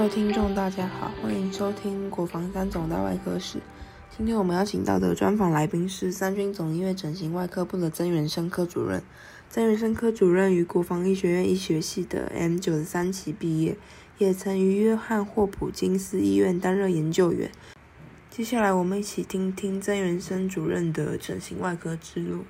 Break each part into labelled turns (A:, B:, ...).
A: 位听众，大家好，欢迎收听《国防三总大外科室》。今天我们邀请到的专访来宾是三军总医院整形外科部的曾元生科主任。曾元生科主任于国防医学院医学系的 M 九十三期毕业，也曾于约翰霍普金斯医院担任研究员。接下来，我们一起听听曾元生主任的整形外科之路。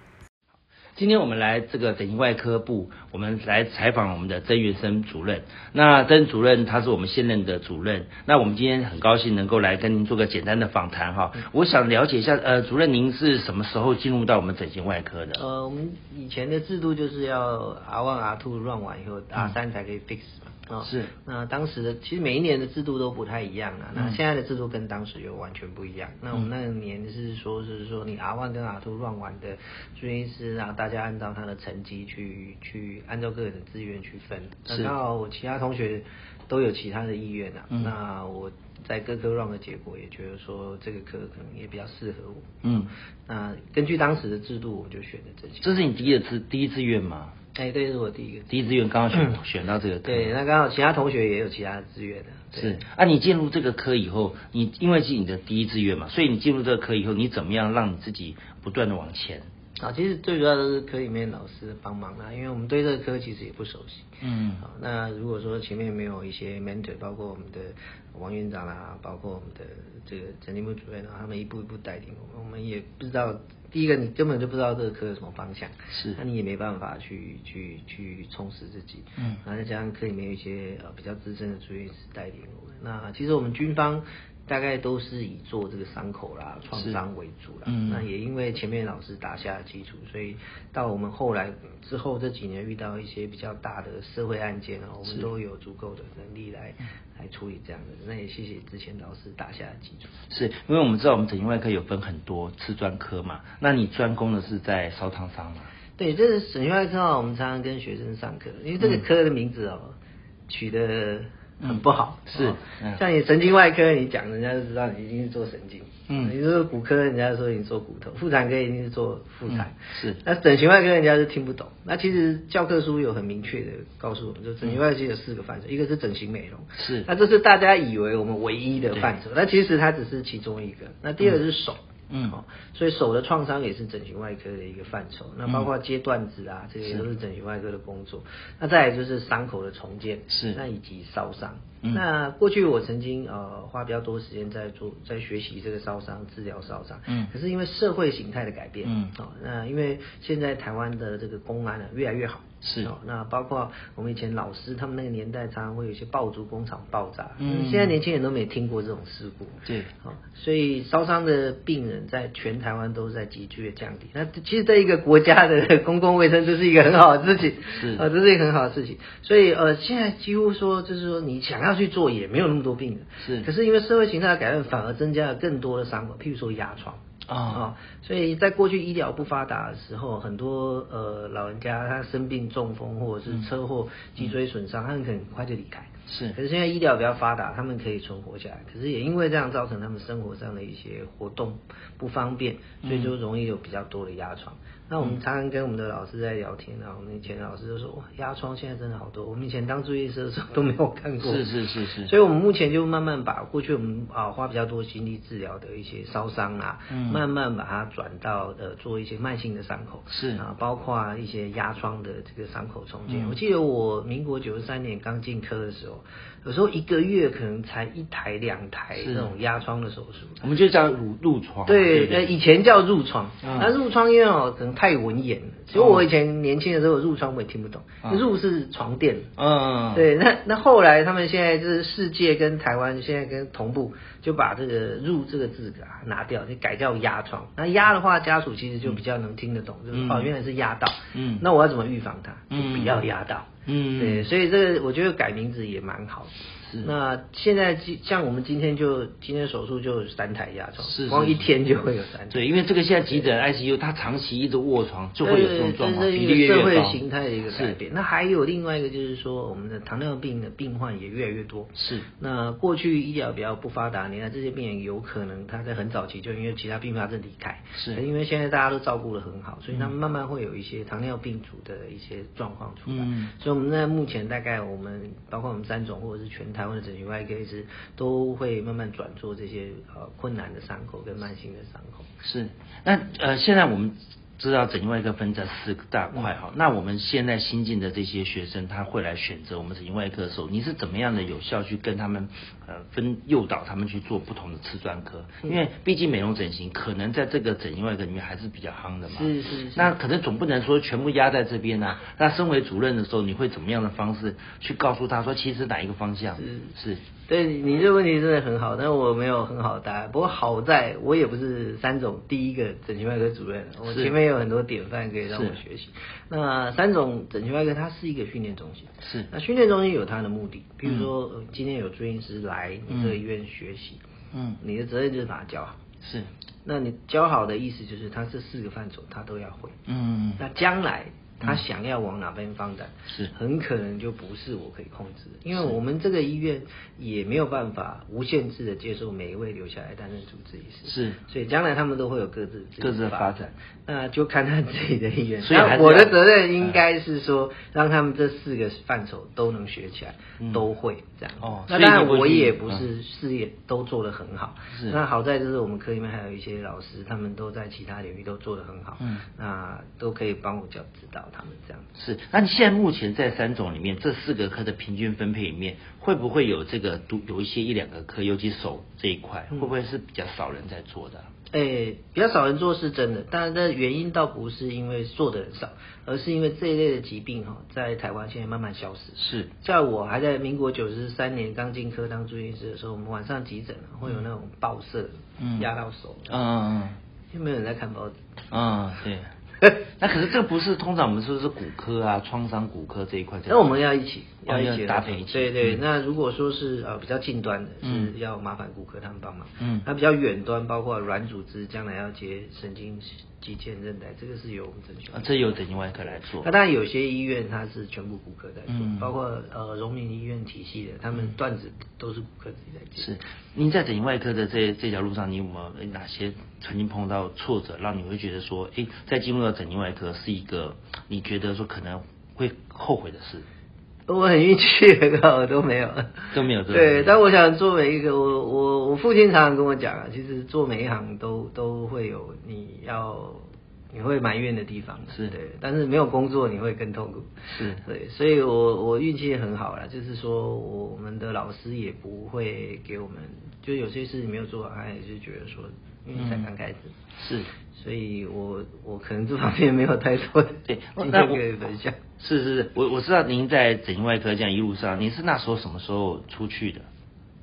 B: 今天我们来这个整形外科部，我们来采访我们的曾元生主任。那曾主任他是我们现任的主任，那我们今天很高兴能够来跟您做个简单的访谈哈。
C: 嗯
B: 我想了解一下，呃，主任您是什么时候进入到我们整形外科的？
C: 呃，我们以前的制度就是要 R one R two run 完以后，R 三才可以 fix 嘛。哦，
B: 嗯是嗯
C: 那当时的其实每一年的制度都不太一样啊。那现在的制度跟当时又完全不一样。那我们那个年是说，是说你 R one 跟 R two run 完的住院医师啊，大家按照他的成绩去去按照个人的志愿去分。
B: 是嗯
C: 那刚好我其他同学都有其他的意愿啊。那我在各科 run 的结果也觉得说这个科可能也比较适合我。
B: 嗯，
C: 那啊根据当时的制度，我就选了这些。
B: 这是你第一次第一志愿吗？
C: 哎，对，这是我第一个。
B: 第一志愿刚刚选、选到这个科。
C: 对，那刚好其他同学也有其他的志愿的。对
B: 是啊，你进入这个科以后，你因为是你的第一志愿嘛，所以你进入这个科以后，你怎么样让你自己不断的往前？
C: 啊，其实最主要都是科里面老师的帮忙啦，因为我们对这个科其实也不熟悉。
B: 嗯
C: 好，那如果说前面没有一些 mentor，包括我们的王院长啦，包括我们的这个整理部主任啊，他们一步一步带领我们，我们也不知道。第一个，你根本就不知道这个科有什么方向，
B: 是
C: 那你也没办法去去去充实自己，
B: 嗯
C: 然后再加上科里面有一些呃比较资深的住院医师带领我们。那其实我们军方大概都是以做这个伤口啦、创
B: 是
C: 伤为主啦，
B: 嗯
C: 那也因为前面老师打下了基础，所以到我们后来之后这几年遇到一些比较大的社会案件啊，我们都有足够的能力来来处理这样的。那也谢谢之前老师打下的基础。
B: 是因为我们知道我们整形外科有分很多次专科嘛，那你专攻的是在烧烫伤嘛？
C: 对，这是整形外科啊，我们常常跟学生上课，因为这个
B: 嗯
C: 科的名字哦、取得很不好，
B: 嗯是
C: 哦
B: 嗯
C: 像你神经外科，你讲人家就知道你一定是做神经，
B: 嗯
C: 你说骨科，人家说你做骨头，妇产科一定是做妇产，
B: 嗯是
C: 那整形外科人家就听不懂。那其实教科书有很明确的告诉我们，就
B: 嗯
C: 整形外科其实有四个范畴，一个是整形美容，
B: 是
C: 那这是大家以为我们唯一的范畴，那其实它只是其中一个。那第二个是手。
B: 嗯
C: 哦，所以手的创伤也是整形外科的一个范畴。
B: 嗯
C: 那包括接段子啊，这些都是整形外科的工作。那再来就是伤口的重建，
B: 是
C: 那以及烧伤。
B: 嗯
C: 那过去我曾经呃花比较多时间在做，在学习这个烧伤治疗烧伤。
B: 嗯
C: 可是因为社会形态的改变，
B: 嗯
C: 哦，那因为现在台湾的这个公安啊越来越好。
B: 是
C: 哦，那包括我们以前老师他们那个年代，常常会有一些爆竹工厂爆炸，
B: 嗯
C: 现在年轻人都没听过这种事故，
B: 对
C: 好，啊所以烧伤的病人在全台湾都是在急剧的降低。那其实对一个国家的公共卫生，这是一个很好的事情，
B: 是
C: 呃，这是一个很好的事情。所以呃，现在几乎说就是说你想要去做也没有那么多病人，
B: 是
C: 可是因为社会形态的改变，反而增加了更多的伤口，譬如说压疮。
B: 啊
C: 哦所以在过去医疗不发达的时候，很多呃老人家他生病中风或者是车
B: 嗯
C: 祸、脊椎损伤，他们很快就离开。
B: 是
C: 可是现在医疗比较发达，他们可以存活下来，可是也因为这样造成他们生活上的一些活动不方便，
B: 嗯
C: 所以就容易有比较多的压疮。那我们常常跟我们的老师在聊天啊，我们以前的老师就说哇，压疮现在真的好多，我们以前当住院医师的时候都没有看过。
B: 是是是是
C: 所以我们目前就慢慢把过去我们啊花比较多心力治疗的一些烧伤啊，
B: 嗯
C: 慢慢把它转到呃做一些慢性的伤口，
B: 是嗯
C: 啊，包括一些压疮的这个伤口重建。我记得我民国九十三年刚进科的时候，有时候一个月可能才一台两台
B: 是
C: 那种压疮的手术。
B: 我们就叫褥褥疮嘛，
C: 对，
B: 不
C: 呃，以前叫褥疮，
B: 哦嗯哦
C: 那褥疮因为哦可能太文言了，其实我以前年轻的时候褥疮我也听不懂，
B: 嗯
C: 褥是床垫，
B: 嗯，
C: 对，那那后来他们现在就是世界跟台湾现在跟同步，就把这个“入”这个字给它拿掉，就改叫“压疮”。那压的话，家属其实就比较能听得懂，就是
B: 嗯
C: 哦，原来是压到，
B: 嗯
C: 那我要怎么预防它？
B: 嗯
C: 就不要压到，
B: 嗯
C: 对，所以这个我觉得改名字也蛮好的。
B: 是
C: 那现在今像我们今天就今天手术就有三台压疮，
B: 是是
C: 光一天就会有三台。
B: 对，因为这个现在急诊 ICU 它长期一直卧床，就会有这种状况，
C: 对
B: 比
C: 对
B: 例
C: 对
B: 越
C: 这是
B: 越
C: 一个
B: 高。
C: 社会形态的一个改变。那还有另外一个就是说，我们的糖尿病的病患也越来越多。
B: 是
C: 那过去医疗比较不发达，你看这些病人有可能他在很早期就因为其他并发症离开，
B: 是
C: 可因为现在大家都照顾的很好，所以他们慢慢会有一些糖尿病组的一些状况出来。
B: 嗯
C: 所以我们在目前大概我们包括我们三种或者是全台台湾的整形外科医师都会慢慢转做这些呃困难的伤口跟慢性的伤口。
B: 是，那呃，现在我们知道整形外科分在四个大块哈、那我们现在新进的这些学生，他会来选择我们整形外科的时候，你是怎么样的有效去跟他们呃分诱导他们去做不同的次专科？因
C: 嗯
B: 为毕竟美容整形可能在这个整形外科里面还是比较夯的嘛。
C: 是是是
B: 那可能总不能说全部压在这边啊。那身为主任的时候，你会怎么样的方式去告诉他说，其实哪一个方向是
C: 对你这个问题真的很好，但我没有很好的答案。不过好在我也不是三总第一个整形外科主任，我
B: 是
C: 前面有很多典范可以让我
B: 是
C: 学习。那三总整形外科它是一个训练中心，
B: 是
C: 那训练中心有它的目的，比
B: 嗯
C: 如说、呃今天有住院师来你这个医院学习，
B: 嗯
C: 你的责任就是把它教好。
B: 是
C: 那你教好的意思就是，他这四个范畴他都要会。
B: 嗯
C: 那将来他想要往哪边发展，
B: 是
C: 很可能就不是我可以控制的，因为我们这个医院也没有办法无限制的接受每一位留下来担任主治医师，
B: 是
C: 所以将来他们都会有各自
B: 各自的发
C: 发
B: 展，
C: 那就看他自己的意愿。
B: 所以还是
C: 那我
B: 要嗯
C: 的责任应该是说，让他们这四个范畴都能学起来，
B: 嗯
C: 都会这样。
B: 哦
C: 那
B: 所以
C: 当然
B: 你不
C: 我
B: 是
C: 也不
B: 嗯
C: 是事业都做得很好，
B: 是
C: 那好在就是我们科里面还有一些老师，他们都在其他领域都做得很好，
B: 嗯
C: 那都可以帮我教指导他们这样子。
B: 是，那你现在目前在三种里面，这四个科的平均分配里面，会不会有这个独有一些一两个科，尤其手这一块，会
C: 嗯
B: 不会是比较少人在做的啊？
C: 诶，比较少人做是真的，但但原因倒不是因为做的人少，而是因为这一类的疾病哈、在台湾现在慢慢消失。
B: 是
C: 在我还在民国九十三年刚进科当住院医师的时候，我们晚上急诊啊会有那种爆射，
B: 嗯
C: 压到手，
B: 嗯
C: 又没有人在看报纸。
B: 嗯嗯，对。 那可是这不是通常我们说是骨科啊，创伤骨科这一块在做。
C: 那我们要一起，
B: 哦
C: 一起
B: 搭配一起。
C: 对对，
B: 嗯
C: 那如果说是呃比较近端的，
B: 嗯
C: 是要麻烦骨科他们帮忙。
B: 嗯
C: 那比较远端，包括软组织，将来要接神经、肌腱、韧带，这个是由我们整形。
B: 啊这由整形外科来做
C: 那。当然有些医院它是全部骨科在做，
B: 嗯
C: 包括呃荣民医院体系的，他们断子嗯都是骨科自己在接。
B: 是，您在整形外科的这这条路上，你有没有呃哪些曾经碰到挫折，让你会觉得说，哎，在进入到整形外科是一个你觉得说可能会后悔的事？
C: 我很运气很好，都没有，
B: 都没有这个
C: 对，但我想做每一个，我我我父亲常常跟我讲啊，其实做每一行都都会有你要你会埋怨的地方，啊
B: 是
C: 对，但是没有工作你会更痛苦，
B: 是
C: 对，所以我我运气很好啦，就是说我我们的老师也不会给我们，就有些事没有做好，他也是觉得说，因为才
B: 嗯
C: 刚开始。
B: 是
C: 所以我我可能这方面没有太多的
B: 对哦
C: 经
B: 那
C: 验
B: 我
C: 可以分享。
B: 是是是，我我知道您在整形外科这样一路上，您是那时候什么时候出去的？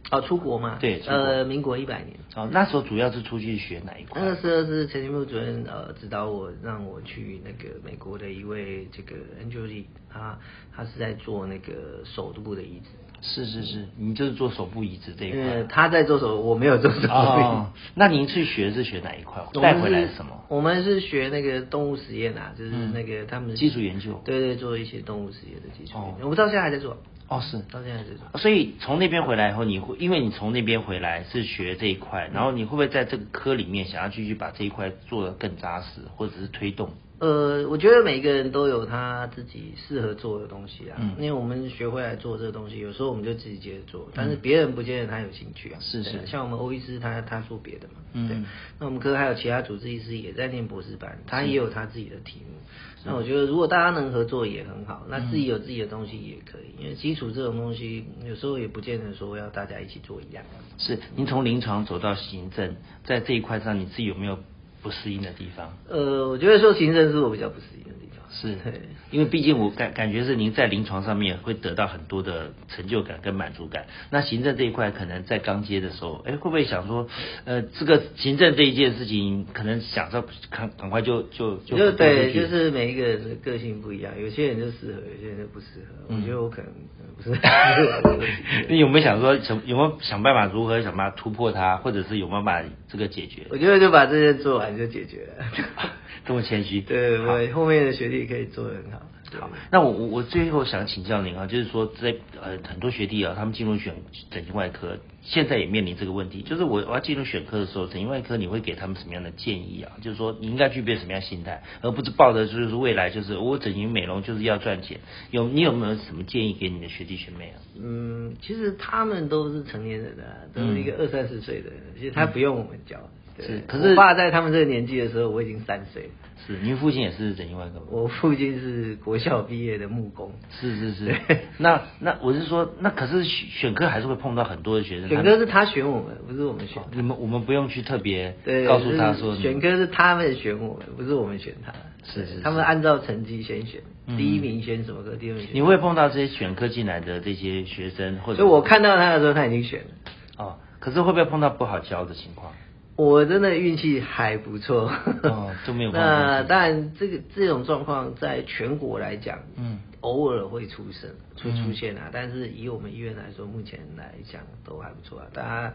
C: 哦，出国嘛？
B: 对出国
C: 呃，民国一百年，
B: 哦，那时候主要是出去学哪一块？
C: 啊那个时候是陈金木主任呃指导我，让我去那个美国的一位这个 NGO，他他是在做那个手部的移植，
B: 是是是，你就是做手部移植这一块。
C: 呃，他在做手，我没有做手部移植。
B: 哦，那您去学是学哪一块？
C: 我们
B: 带
C: 是
B: 回来什么？
C: 我们是学那个动物实验啊，就是
B: 嗯
C: 那个他们
B: 基础研究
C: 对对，做一些动物实验的基础研
B: 哦
C: 究，我们到现在还在做，
B: 哦，是。
C: 到现在还在做。
B: 所以从那边回来以后，你会因为你从那边回来是学这一块，然后你会不会在这个科里面想要继续把这一块做得更扎实，或者是推动？
C: 呃，我觉得每个人都有他自己适合做的东西啊。
B: 嗯
C: 因为我们学会来做这个东西，有时候我们就自己接着做，但是别人不见得他有兴趣啊。
B: 是是
C: 对啊像我们欧医师他他做别的嘛，
B: 嗯
C: 对。那我们科还有其他主治医师也在念博士班，他也有他自己的题目。那我觉得如果大家能合作也很
B: 嗯
C: 好，那自己有自己的东西也可以，因为基础这种东西有时候也不见得说要大家一起做一样。
B: 是您从临床走到行政，在这一块上你自己有没有不适应的地方？
C: 呃，我觉得说行政是我比较不适应的地方。
B: 是
C: 对。
B: 因为毕竟我感感觉是您在临床上面会得到很多的成就感跟满足感。那行政这一块，可能在刚接的时候，哎，会不会想说，呃，这个行政这一件事情，可能想着赶赶快就就就
C: 就
B: 对
C: 对，就是每一个人的个性不一样，有些人就适合，有些人就不适合。
B: 嗯
C: 我觉得我可能呃不是不是
B: 你有没有想说，想有没有想办法如何想办法突破它，或者是有没有把这个解决？
C: 我觉得就把这些做完就解决了。
B: 这么谦虚。
C: 对，
B: 好
C: 我后面的学弟可以做得很好。
B: 好，那我我我最后想请教您啊，就是说在呃很多学弟啊，他们进入选整形外科，现在也面临这个问题，就是我我要进入选科的时候，整形外科你会给他们什么样的建议啊？就是说你应该具备什么样的心态，而不是抱着就是未来就是我整形美容就是要赚钱，有你有没有什么建议给你的学弟学妹啊？
C: 嗯，其实他们都是成年人了、都是一个二三十岁的人，其实他不用我们教。对
B: 嗯是可是
C: 我爸在他们这个年纪的时候，我已经三岁了。
B: 是，您父亲也是整形外科吗？
C: 我父亲是国校毕业的木工，
B: 是是是，那那我是说，那可是选选科还是会碰到很多的学生，
C: 选
B: 他
C: 科
B: 们
C: 是他选我们，不是我们选
B: 哦
C: 他。
B: 你们我们不用去特别
C: 对，
B: 告诉他
C: 就是
B: 说你
C: 选科是他们选我们，不是我们选他。
B: 是是是
C: 他们按照成绩先选，
B: 嗯
C: 第一名选什么科，第二名选。
B: 你会，碰到这些选科进来的这些学生，或者
C: 所以我看到他的时候，他已经选了。
B: 哦，可是会不会碰到不好教的情况？
C: 我真的运气还不错，
B: 哦就没有碰到
C: 那当然，这个这种状况在全国来讲，
B: 嗯
C: 偶尔会出生，会
B: 嗯
C: 出现啊。但是以我们医院来说，目前来讲都还不错啊，大家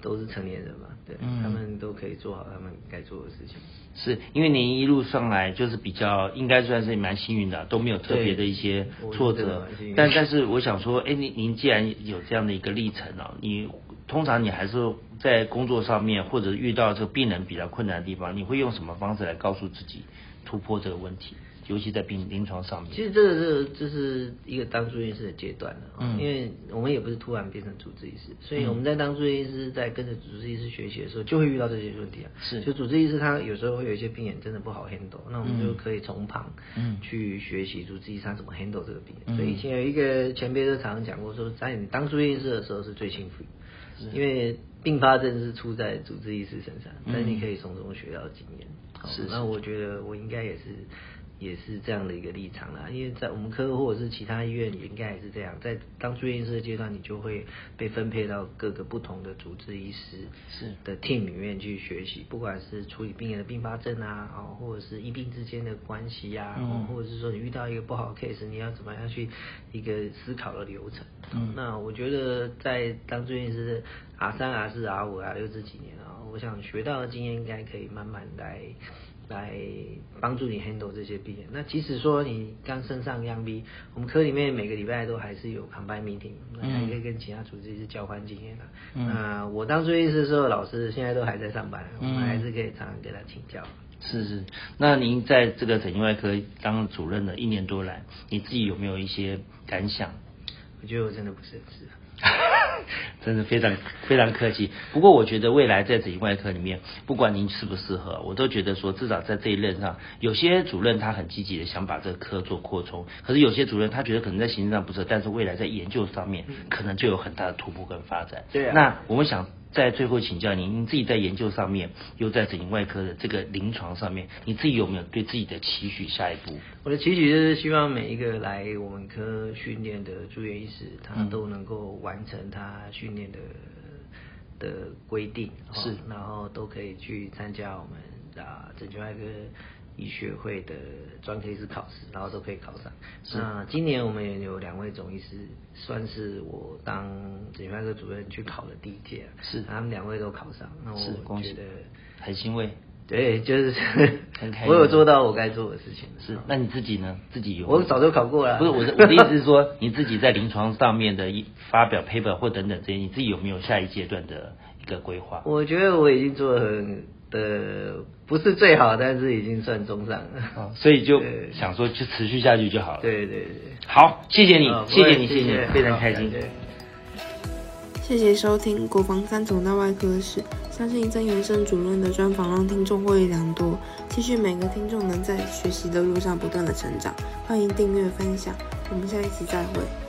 C: 都是成年人嘛，对、
B: 嗯
C: 他们都可以做好他们该做的事情。
B: 是因为您一路上来就是比较，应该算是蛮幸运的，都没有特别的一些
C: 对
B: 挫
C: 我觉得
B: 折
C: 蛮幸。运
B: 但但是我想说，哎，您您既然有这样的一个历程哦，你通常你还是在工作上面或者遇到这个病人比较困难的地方，你会用什么方式来告诉自己突破这个问题？尤其在病临床上面。
C: 其实这个是就是一个当住院医师的阶段了、哦
B: 嗯
C: 因为我们也不是突然变成主治医师，所以
B: 嗯
C: 我们在当住院医师在跟着主治医师学习的时候，就会遇到这些问题啊。
B: 是
C: 就主治医师他有时候会有一些病人真的不好 handle，那我们
B: 嗯
C: 就可以从旁
B: 嗯
C: 去学习主治医师他怎么 handle 这个病
B: 嗯
C: 人。所以以前有一个前辈就常常讲过说，在你当住院医师的时候是最幸福的，因为并发症是出在主治医师身上，但是你
B: 嗯
C: 可以从中学到经验。好
B: 是
C: 那
B: 是
C: 我觉得我应该也是也是这样的一个立场啦，因为在我们科或者是其他医院也应该也是这样，在当住院医师的阶段，你就会被分配到各个不同的主治医师
B: 是
C: 的 team 里面去学习，不管是处理病人的并发症啊，哦，或者是医病之间的关系啊，
B: 嗯
C: 哦或者是说你遇到一个不好的 case，你要怎么样去一个思考的流程。
B: 嗯
C: 那我觉得在当住院医师 R 三、R 四、R 五、R 六这几年啊，我想学到的经验应该可以慢慢来来帮助你 handle 这些病人。那即使说你刚升上央 B，我们科里面每个礼拜都还是有 combine meeting，那
B: 嗯
C: 还可以跟其他组织是交换经验的、啊。
B: 嗯
C: 那我当住院医师的时候，老师现在都还在上班，我们
B: 嗯
C: 还是可以常常跟他请教。
B: 是是，那您在这个整形外科当主任的一年多来，你自己有没有一些感想？
C: 我觉得我真的不是很适合。
B: 真的非常非常客气。不过我觉得未来在整形外科里面，不管您适不适合，我都觉得说，至少在这一任上，有些主任他很积极的想把这个科做扩充，可是有些主任他觉得可能在行政上不适合，但是未来在研究上面可能就有很大的突破跟发展。
C: 嗯对啊
B: 那我们想在最后请教您，您自己在研究上面，又在整形外科的这个临床上面，你自己有没有对自己的期许下一步？
C: 我的期许就是希望每一个来我们科训练的住院医师，他
B: 嗯
C: 都能够完成他训练的的规定，哦
B: 嗯是
C: 然后都可以去参加我们啊整形外科医学会的专科医师考试，然后都可以考上。
B: 是
C: 那今年我们也有两位总医师，算是我当整形外科主任去考的第一届啊，
B: 是
C: 他们两位都考上，那
B: 是
C: 我
B: 恭
C: 觉
B: 喜
C: 得。
B: 很欣慰。
C: 对，就是
B: 很开心
C: 我有做到我该做的事情。
B: 是
C: 哦，
B: 那你自己呢？自己有没有？
C: 我早就考过了。
B: 不是我的，我的意思是说，你自己在临床上面的一发表 paper 或等等这些，你自己有没有下一阶段的一个规划？
C: 我觉得我已经做得很的不是最好，但是已经算中上
B: 啊
C: 了。
B: 所以就
C: 对
B: 想说，就持续下去就好了。，
C: 对对对。
B: 好，谢哎谢你
C: 啊，不
B: 谢
C: 会
B: 谢你，谢谢你，非常
C: 好
B: 开心
C: 感。谢
A: 谢谢收听《国防三总大外科室》，相信曾元胜主任的专访让听众获益良多，期许每个听众能在学习的路上不断的成长。欢迎订阅分享，我们下一期再会。